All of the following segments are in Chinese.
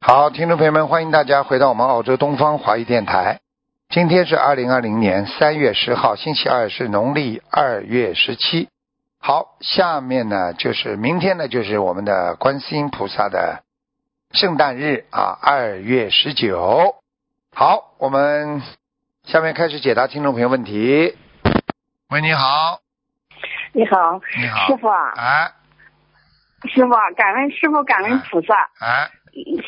好，听众朋友们，欢迎大家回到我们澳洲东方华语电台。今天是二零二零年三月十号，星期二，是农历二月十七。好，下面呢就是明天呢就是我们的观世音菩萨的圣诞日啊，二月十九。好，我们下面开始解答听众朋友问题。喂，你好，你好，你好师，傅啊，哎师傅啊，感恩师傅，感恩菩萨。哎，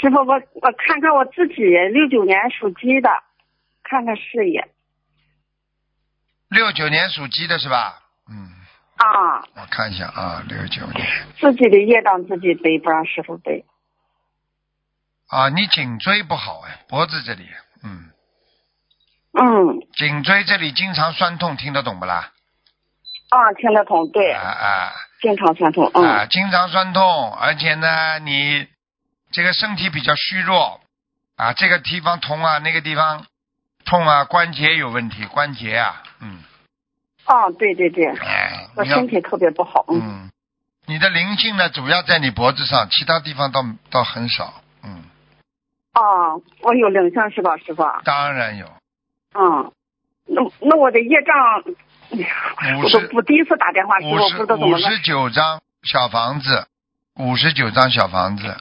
师傅，我我看看我自己，六九年属鸡的，看看事业六九年属鸡的是吧？嗯，啊，我看一下啊，六九年自己的业障自己背，不让师傅背。啊，你颈椎不好哎，脖子这里，嗯。嗯，颈椎这里经常酸痛，听得懂不啦？啊，听得懂，对啊，啊经常相同，啊！嗯，经常酸痛，而且呢，你这个身体比较虚弱啊，这个地方痛啊，那个地方痛啊，关节有问题，关节啊，嗯，啊，对对对，哎，我你要身体特别不好，嗯，嗯，你的灵性呢，主要在你脖子上，其他地方倒倒很少，嗯，啊，我有灵性是吧，师傅啊？当然有，嗯，那那我的业障，哎呀五我十都不第一次打电话，师傅五我不十知道怎五么弄十。九张小房子，五十九张小房子，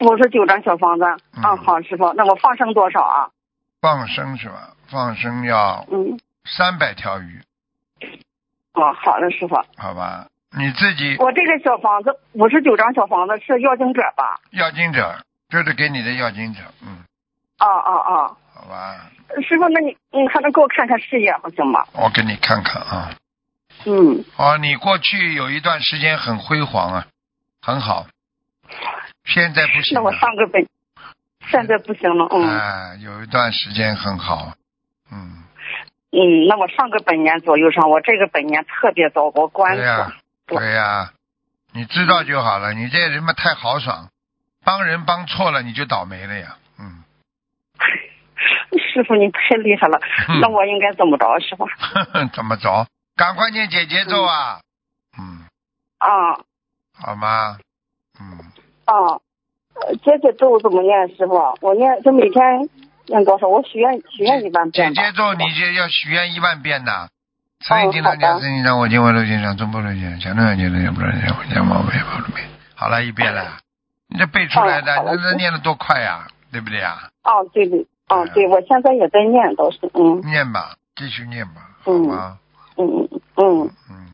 五十九张小房子，啊，嗯好，师傅，那我放生多少啊？放生是吧？放生要嗯，三百条鱼，哦，好的，师傅，好吧？你自己我这个小房子五十九张小房子是要经者吧？要经者，就是给你的要经者，嗯，啊啊啊！好吧？师傅，那你你还能给我看看事业不行吗？我给你看看啊。嗯，哦，你过去有一段时间很辉煌啊，很好，现在不行那我了。上个本现在不行了，嗯、哎，有一段时间很好，嗯，嗯，那我上个本年左右上，我这个本年特别糟糕，关对子、哎呀、对呀、你知道就好了。你这人嘛太豪爽，帮人帮错了你就倒霉了呀，嗯。师傅你太厉害了，哼那我应该怎么着，啊师傅？怎么着？赶快念姐姐咒啊！嗯，啊好吗？嗯，啊，呃接着咒怎么念，师傅？我念就每天念多少？我许愿许愿一万姐遍吧。姐咒你就要许愿一万遍呐。所以经常好讲，的所以经常我经文录经常中部录经常讲那经常不能讲，我讲毛病毛病。好了，一遍了，你这背出来的哦，好那的那念的多快呀，对不对呀？啊，对对，啊对，嗯我现在也在念，都是，嗯念吧，继续念吧，好吗？嗯嗯嗯，嗯，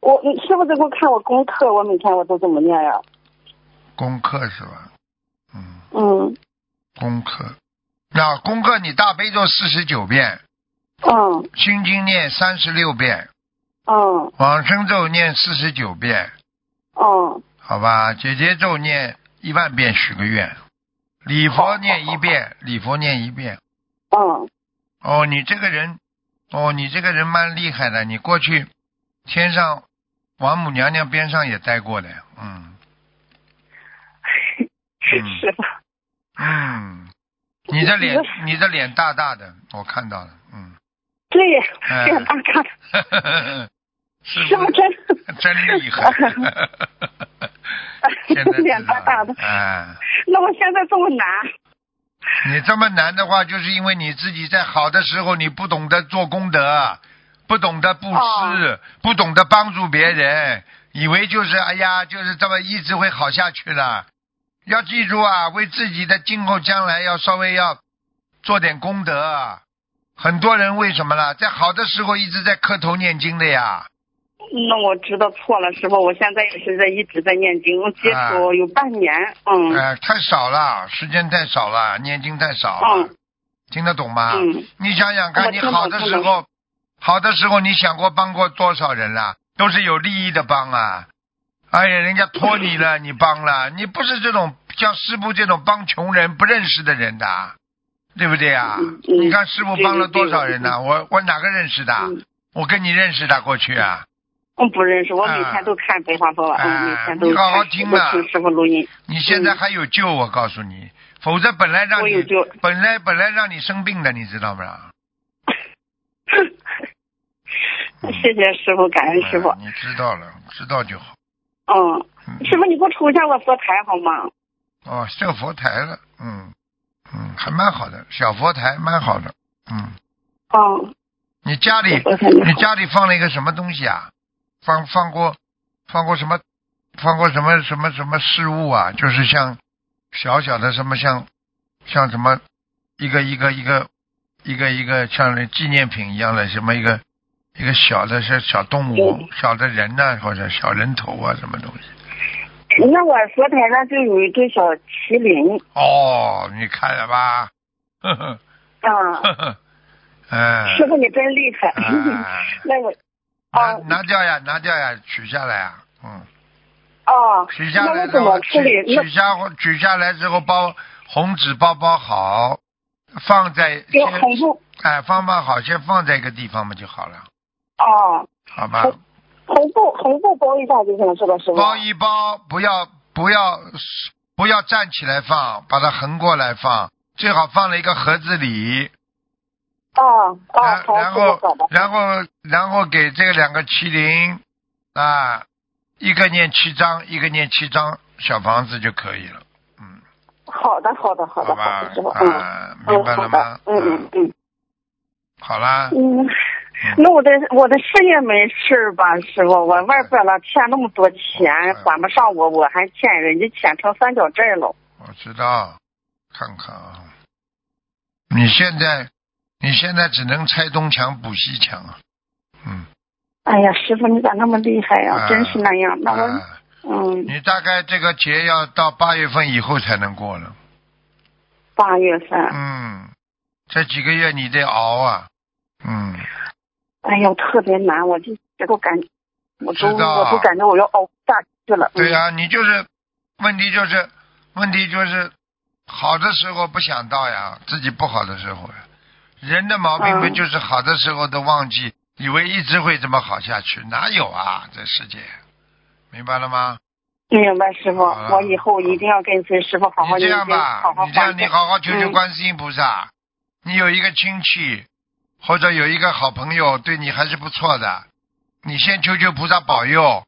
我你师傅再给我看我功课，我每天我都怎么念呀？功课是吧？嗯，嗯功课。那功课你大悲咒四十九遍，嗯心经念三十六遍，嗯往生咒念四十九遍，嗯好吧？姐姐咒念一万遍，许个愿。礼佛念一遍，礼佛念一遍。嗯哦，你这个人，哦，你这个人蛮厉害的。你过去天上王母娘娘边上也待过的，嗯嗯师傅，嗯。你的脸我，你的脸大大的，我看到了，嗯。 对，哎这样大看，是师傅不是真，真厉 害？ 现在知道脸大大的哎。那我现在这么难， 你这么难的话，就是因为你自己在好的时候你不懂得做功德，不懂得布施，不懂得帮助别人，以为就是哎呀，就是这么一直会好下去了。要记住啊，为自己的今后将来要稍微要做点功德。很多人为什么啦？在好的时候一直在磕头念经的呀，那我知道错了，师傅，我现在也是在一直在念经，我接啊触有半年，嗯哎、太少了，时间太少了，念经太少了，嗯听得懂吗？嗯，你想想看，我你听懂好的时听懂候，好的时候，你想过帮过多少人啦？都是有利益的帮啊！哎呀，人家托你 了，你帮了，你不是这种像师傅这种帮穷人不认识的人的，对不对啊？嗯嗯你看师傅帮了多少人呢、对我我哪个认识的？嗯我跟你认识的过去啊？我嗯不认识，我每天都看《白话佛法》，哎嗯，每天都啊你好好看听我啊听师傅录音，你现在还有救，我告诉你，否则本来让我你有救本来本来让你生病的，你知道吗？ 嗯谢谢师傅，感恩师傅哎，你知道了，知道就好。嗯，嗯师傅你给我瞅一下我佛台好吗？哦，设佛台了，嗯，嗯，还蛮好的，小佛台蛮好的，嗯，嗯，你家里我看你你好哎家里放了一个什么东西啊？放放过放过什么放过什么什么什么事物啊？就是像小小的什么像像什么一个一个一个一个一个像那纪念品一样的什么一个一个小的小小动物对小的人呐、或者小人头啊什么东西？那我佛台上就有一只小麒麟，哦，你看了吧？ 呵呵啊，呵呵，嗯， 师傅你真厉害。啊 那我，拿 啊拿掉呀，拿掉呀，取下来啊，嗯。哦，取下来那我怎之后，么取处理？那取下取下来之后包红纸包包好，放在就先很不哎放放好，先放在一个地方嘛就好了，哦，好吧？好红布红布包一下就行了，是吧，师傅？包一包，不要不要不要站起来放，把它横过来放，最好放在一个盒子里，哦哦，然好，然师傅好后的。然后然后给这两个麒麟啊，一个念七章，一个念七章小房子就可以了，嗯。好的，好的，好的，好吧的，师傅，，嗯，啊，明嗯，白好了吗的？，嗯嗯嗯好啦，嗯。那我的我的事业没事吧，师傅？我外边了欠那么多哎钱，还不上我，我还欠人家欠成三角债了。我知道，看看啊，你现在你现在只能拆东墙补西墙啊，嗯，哎呀，师傅你咋那么厉害呀、啊真是那样。那我、啊，嗯，你大概这个节要到八月份以后才能过了，八月份，嗯，这几个月你得熬啊，嗯，哎呀，我特别难，我就这都感，我都知道我都感觉我要熬不下去了。嗯对、呀、你就是问题就是问题就是好的时候不想到呀，自己不好的时候呀，人的毛病不嗯就是好的时候都忘记，以为一直会这么好下去，哪有啊？这世界，明白了吗？明白，师傅，好了我以后一定要跟随师傅好好嗯你这念样经，吧，好好你这样反你省。好好求求嗯观世音菩萨，你有一个亲戚或者有一个好朋友对你还是不错的，你先求求菩萨保佑，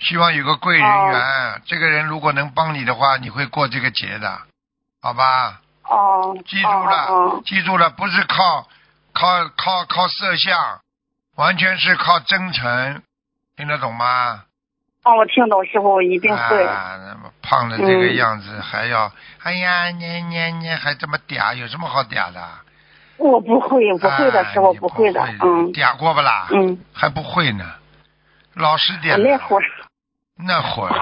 希望有个贵人缘。哦这个人如果能帮你的话，你会过这个节的，好吧？哦，记住了，哦记住了，不是靠靠靠靠色相，完全是靠真诚，听得懂吗？哦，哦我听懂，师傅，我一定会。嗯啊，那么胖的这个样子还要，哎呀，你你你还这么嗲，有什么好嗲的？我不会，我不会的，哎师傅，你不不会的，嗯嗲过不啦？嗯，还不会呢，老实我点。那会儿，那会儿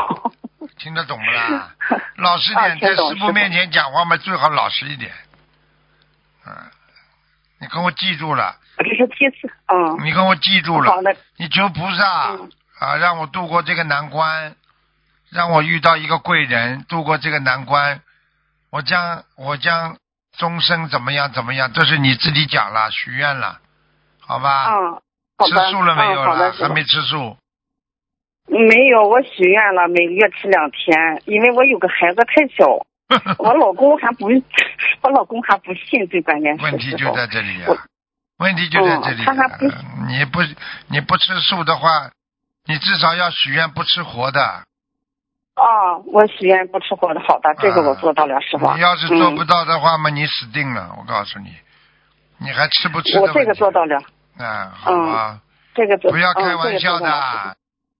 听得懂不 啦？老实啊点，听在懂师师傅傅面前讲话嘛，最好老实一点。嗯，你跟我记住了， 我这是第一次，嗯，你跟我记住了好，的，你求菩萨。嗯，啊，让我度过这个难关，让我遇到一个贵人，度过这个难关，我将我将终生怎么样怎么样，这是你自己讲了，许愿了，好吧？嗯，好啊吃的，素了没有嗯好啦？的，还师傅没吃 素，没有，我许愿了，每个月吃两天，因为我有个孩子太小，我老公还不，我老公还不信这关键是问题师就傅在这里呀、啊我问题就在这里、啊嗯他还不你不你不吃素的话，你至少要许愿不吃活的。啊，我许愿不吃活的，好的，这个我做到了，师傅。啊你要是做不嗯，到的话嘛，你死定了，我告诉你，你还吃不吃的我问题？这个做到了，啊，好啊。这个做不要开嗯这玩个笑做的，哎到了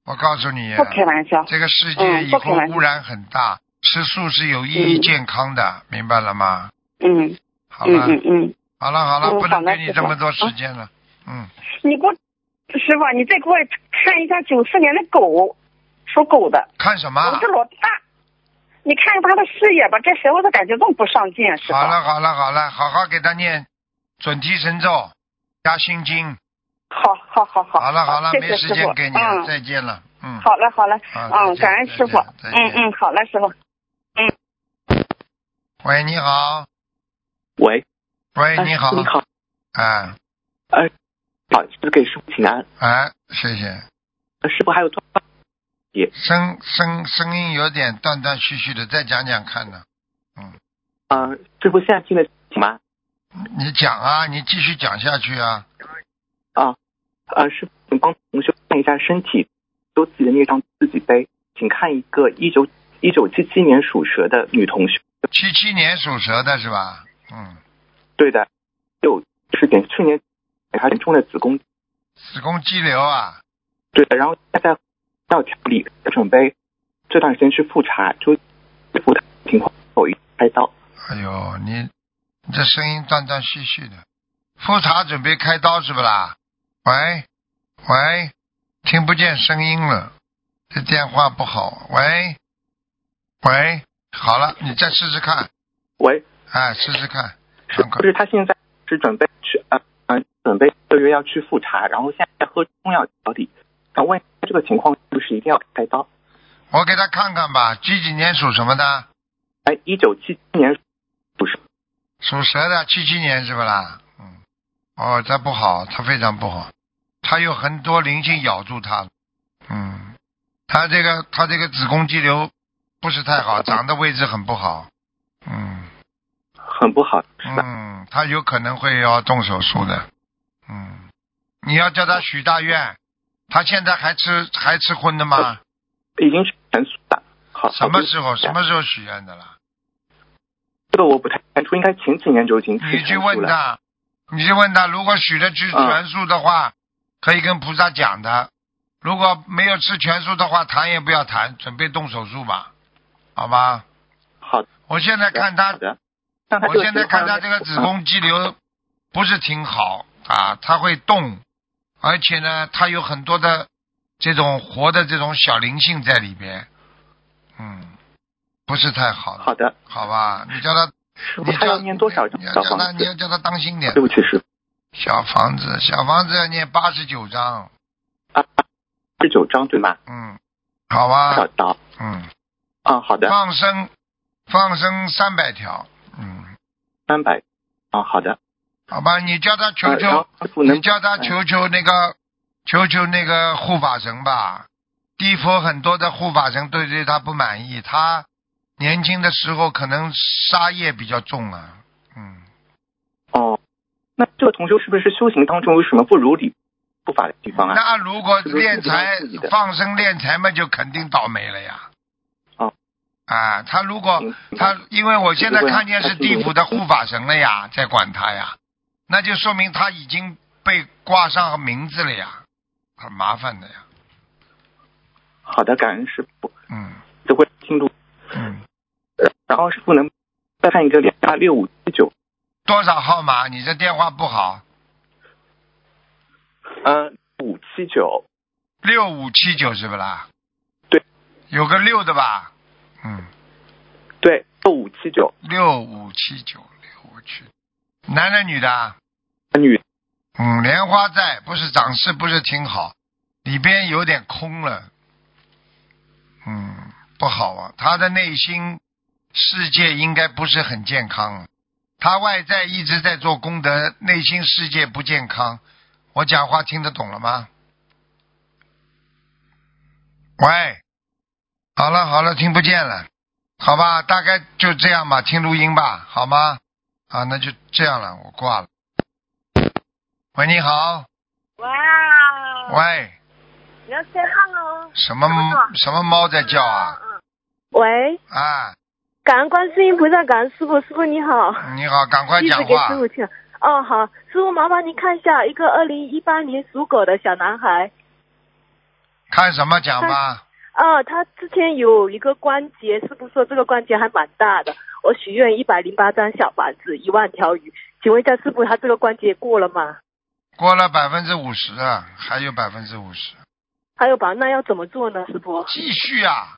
我告诉你，啊不开玩笑。这个世界嗯以不后开玩笑污染很大，吃素是有益于嗯健康的，明白了吗？嗯好嗯了，嗯嗯，好了，好了，嗯不能好了给你师这傅么多时间啊了，嗯，你给我，师傅，你再给我看一下九四年的狗，属狗的，看什我么这？老大，你看看他的事业吧，这孩子感觉更不上进，师傅。好了，好了，好了，好好给他念准提神咒加心经。好好好好，好了，好了，谢没谢时师间傅给你了，嗯，再见了，嗯。好嘞好嘞，好再嗯，见感恩师傅，再嗯见嗯，好嘞师傅，喂，你好，喂，喂，你好哎，你好，哎好，是给师傅请安。哎，谢谢，呃师傅还有多少声声声音有点断断续续的，再讲讲看呢。呃，师傅现在听得清吗？你讲啊，你继续讲下去啊。呃，师傅，请帮同学看一下身体，都自己的那张自己背，请看一个一九一九七七年属蛇的女同学，七七年属蛇的是吧？嗯，对的，有事情，去年给他严重的子宫，子宫肌瘤啊，对的，然后现在要调理的准备，这段时间去复查，就恢复的情况有一拍到，哎呦，你你这声音断断续续的，复查准备开刀是不啦？喂喂，听不见声音了，这电话不好。喂喂，好了，你再试试看，喂，哎，试试看，是看不看是他现在是准备去呃呃准备这个月要去复查，然后现在喝中药调理，想问这个情况是不是一定要开刀？我给他看看吧，几几年属什么的？哎，一九七七年不是属蛇的，七七年是不啦？嗯，哦，他不好，他非常不好，他有很多灵性咬住他了。嗯，他这个他这个子宫肌瘤不是太好，长的位置很不好。嗯很不好，是吧？嗯，他有可能会要动手术的。嗯，你要叫他许大愿，他现在还吃还吃荤的吗？已经是全素了。好，什好么时候什么时候许愿的啦？这个我不太清楚，应该前几年就已经吃你去全素问了。他，你去问他，如果许了吃嗯全素的话，可以跟菩萨讲的；如果没有吃全素的话，谈也不要谈，准备动手术吧，好吧？好的，我现在看他好，的。像他我这个现在情况看他这个嗯子宫肌瘤不是挺好啊，它会动，而且呢，它有很多的这种活的这种小灵性在里边，嗯，不是太好嗯的，好的，好吧？你叫他，师傅你他要叫念多少张你要小叫房他，你要子？叫他当心点对。不起，师傅，小房子，小房子要念八十九章，啊十九张对吗？嗯，好好吧，的，嗯，啊，好的，放生，放生三百条，嗯，三百，啊，好的，好吧，你叫他求呃然求后，师傅你能叫他求求那个，求求那个护法神吧。地佛很多的护法神对对他不满意，他年轻的时候可能杀业比较重啊，嗯，哦，那这个同修是不是修行当中有什么不如理、不法的地方啊？那如果这都是敛自己的财自己的放生敛财嘛，就肯定倒霉了呀。哦。啊，他如果嗯他，因为我现在看见是地府的他是有护法神了呀，在管他呀，那就说明他已经被挂上名字了呀，很麻烦的呀。好的，感恩师傅，嗯都会听录。嗯，呃然后师傅能再看一个两八六五七九，多少号码？你这电话不好，嗯，五七九，六五七九是不啦？对，有个六的吧？嗯，对，五七九，六五七九，六五七，男的女的啊？女，嗯，莲花在不是长势不是挺好，里边有点空了，嗯，不好啊。他的内心世界应该不是很健康啊，他外在一直在做功德，内心世界不健康。我讲话听得懂了吗？喂，好了好了，听不见了，好吧，大概就这样吧，听录音吧，好吗？啊，那就这样了，我挂了。喂，你好。哇，喂，要谁看哦？什么啊什么什么猫在叫啊？嗯，喂，啊，感恩观世音菩萨，感恩师傅，师傅你好，你好，赶快弟子讲给话师。傅听。哦，好，师傅麻烦您看一下一个二零一八年属狗的小男孩，看什么讲吧？啊，他之前有一个关节，师傅说这个关节还蛮大的，我许愿一百零八张小房子，一万条鱼，请问一下师傅，他这个关节过了吗？过了百分之五十，还有百分之五十，还有吧，那要怎么做呢，师傅？继续啊！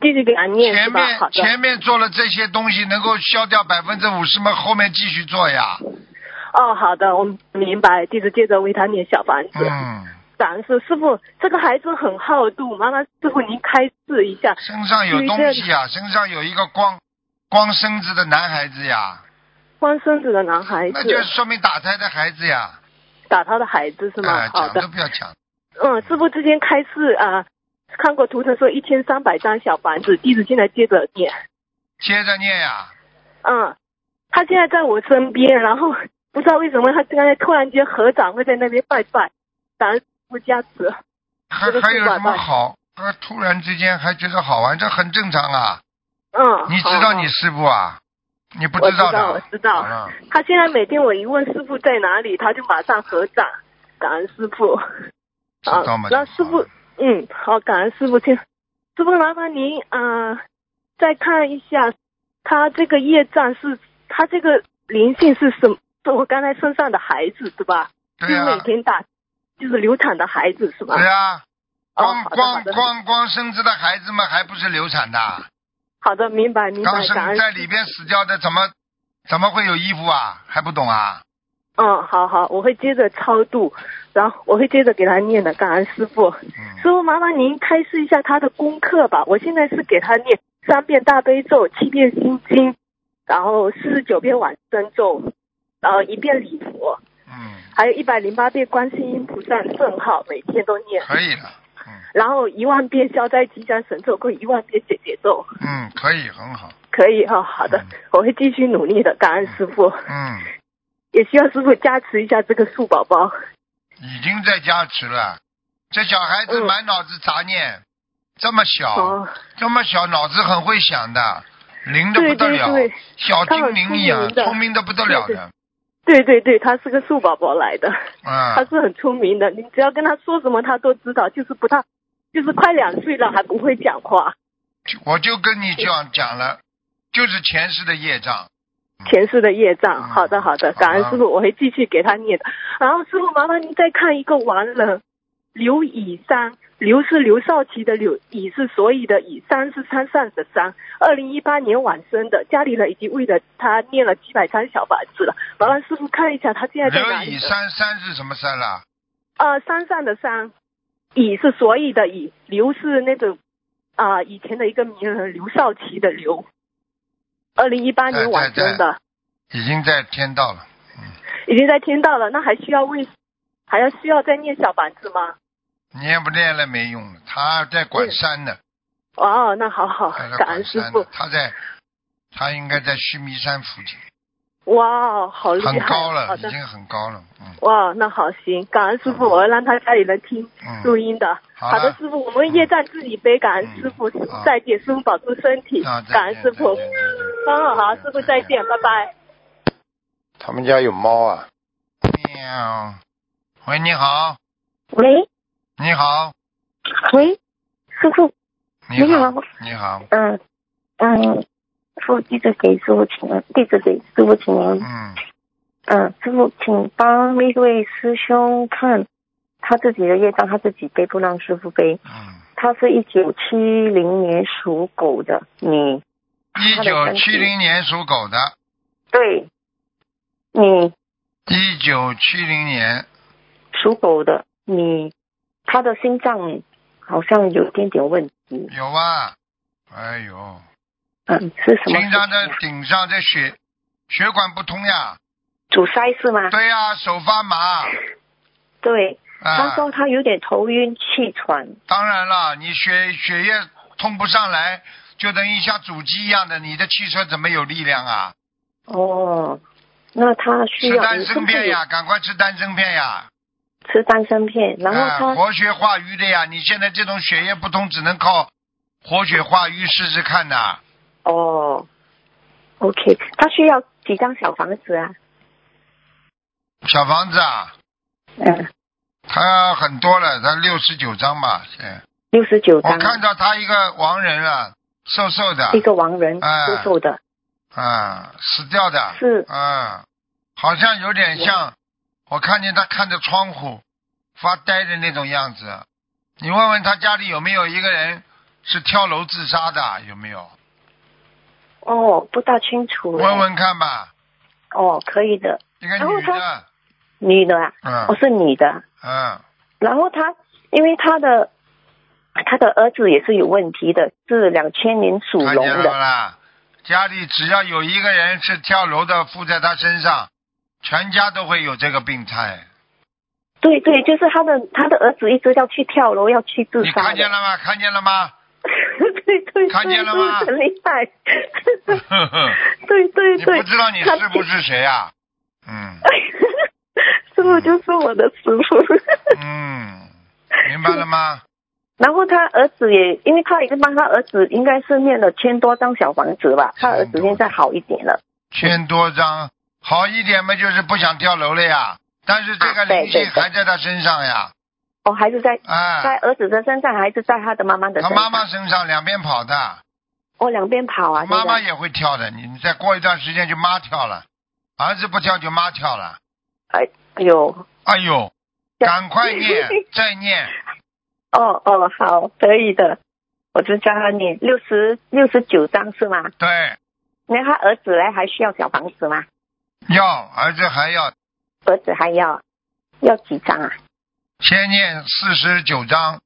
继续给他念是前吧？面好的，前面做了这些东西，能够消掉百分之五十吗？后面继续做呀。哦，好的，我明白，弟子接着为他念小房子。嗯，感恩师师傅，这个孩子很好动，妈妈师傅您开示一下。身上有东西呀，身上有一个光光身子的男孩子呀，光身子的男孩子那就说明打胎的孩子呀。打他的孩子是吗？哎，好讲都的，不要讲。嗯，师傅之前开示啊、看过图腾说一千三百张小房子，弟子现在接着念，接着念呀，嗯，他现在在我身边，然后不知道为什么他刚才突然间合掌会在那边拜拜，感恩师傅加持。还这个是还有什么管吧好？还突然之间还觉得好玩，这很正常啊。嗯，你知好道好你师傅啊？你不我道道，的我。知道。嗯他现在每天我一问师傅在哪里，他就马上合掌，感恩师傅。知啊道吗？，那师傅，嗯，好，感恩师傅，请师傅麻烦您啊、呃再看一下他这个业障是，他这个灵性是什么？是我刚才身上的孩子是吧？对呀、就每天打，就是流产的孩子是吧？对呀、啊哦，光好的，好光的，光光生子的孩子们还不是流产的，好的，明白明刚白，感生恩。在里边死掉的怎么怎么会有衣服啊？还不懂啊？嗯，好好，我会接着超度，然后我会接着给他念的，感恩师傅。师嗯，傅，麻烦您开示一下他的功课吧。我现在是给他念三遍大悲咒，七遍心经，然后四十九遍往生咒，然后一遍礼佛，嗯，还有一百零八遍观世音菩萨圣号，每天都念。可以了，嗯然后一万遍消灾吉祥神咒跟一万遍解结咒，嗯，可以，很好，可以哈、好的嗯，我会继续努力的，感恩师傅，嗯，也希望师傅加持一下这个树宝宝。已经在加持了。这小孩子嗯满脑子杂念，这么小，哦，这么小，脑子很会想的，灵的不对得对了，对小他很精灵一样，聪明的聪明的不得了的，对对对，他是个树宝宝来的。他嗯，是很聪明的，你只要跟他说什么，他都知道，就是不大，就是快两岁了还不会讲嗯话，就我就跟你讲讲了，就是前世的业障。前世的业障。嗯好的，好好的的，感恩师傅，我会继续给他念的。然后师傅，麻烦您再看一个完人，刘以山，刘是刘少奇的刘，以是所以的以，山是山上的山。二零一八年晚生的，家里人已经为了他念了几百张小房子了，麻烦师傅看一下他现在在刘哪里以呢。山山是什么山啦？呃，山上的山，以是所以的以，刘是那种啊、以前的一个名人刘少奇的刘，二零一八对年对晚生的，已经在天道了，已经在天道了，那还需要为还要需要再念小房子吗？念不念了没用了，他在管山呢，哦，那好好，他在感管恩师山呢傅，，他在，他应该在须弥山附近，哇，好厉害，很高好了，已的，经很高了，嗯哇，那好行，感恩师傅，我要让他家里人听录嗯，音的。好的，了，师傅，我们业障自己背，感恩师傅，师好傅再见，师傅保重身体啊，，感恩再见师傅再，见再见嗯，好，师傅再见，拜拜。他们家有猫啊。喵。喂，你好，喂你好，喂，师傅，你好，你好，嗯嗯，师傅弟子给师傅请安，弟子给师傅请安。嗯，嗯，师傅，请帮那位师兄看他自己的业障，他自己背，不让师傅背。嗯，他是一九七零年属狗的，你嗯一九七零年属狗的，对，你一九七零年，属狗的，你他的心脏好像有一点点问题，有啊，哎呦，嗯，是什么事经情常啊？在顶上在血血管不通呀，阻塞是吗？对呀、手发麻对，他啊，说他有点头晕气喘，当然了，你血血液通不上来，就等于像主机一样的，你的汽车怎么有力量啊？哦，那他需吃要丹你是参不是片有呀，赶快吃丹参片呀，吃丹参片，然啊，后他、活血化瘀的呀，你现在这种血液不通，只能靠活血化瘀试试看呐、哦，OK，他需要几张小房子啊？小房子啊，嗯，他很多了，他六十九张吧，现六十九我张，看到他一个亡人了，瘦瘦的，一个亡人哎出售的，啊，死掉的，是啊，好像有点像，我看见他看着窗户发呆的那种样子。你问问他家里有没有一个人是跳楼自杀的，有没有？哦，不大清楚。问问看吧，哦，可以的，一个然后女的，女的啊，哦嗯是女的，嗯，然后他因为他的他的儿子也是有问题的，是两千年属看龙见了不的，啦？家里只要有一个人是跳楼的附在他身上，全家都会有这个病态。对对，就是他的他的儿子一直要去跳楼，要去自你杀看的见。了吗？看见了吗？ 对对，看见了吗对很厉害。呵呵对对你不对，知道你他是不是谁啊？嗯 师傅就是我的师傅。 嗯，明白了吗？嗯然后他儿子也，因为他已经帮他儿子应该是念了千多张小房子吧，他儿子现在好一点了。千多张，好一点嘛就是不想跳楼了呀，但是这个啊对灵性对对还在他身上呀，哦，还是在在哎，儿子的身上，还是在他的妈妈的他身上？妈妈身上两边跑的，哦，两边跑啊，妈妈现在也会跳的，你你再过一段时间就妈跳了，儿子不跳就妈跳了，哎哎呦，哎呦，对赶快念，再念，哦哦，好，可以的，我就叫他念六十六十九张是吗？对，那他儿子嘞还需要小房子吗？要儿子还要儿子还要要几张啊？先念四十九章，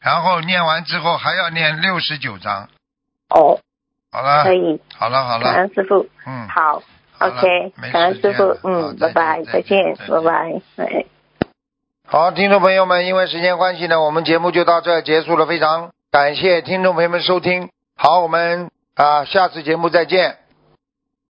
然后念完之后还要念六十九章。哦，好了可，以，好了，啊好感了，恩师傅，嗯，好好了，OK，没感恩时师间了傅，好嗯，拜拜，再见，拜拜，哎。好，听众朋友们，因为时间关系呢，我们节目就到这儿结束了，非常感谢听众朋友们收听，好，我们啊、下次节目再见。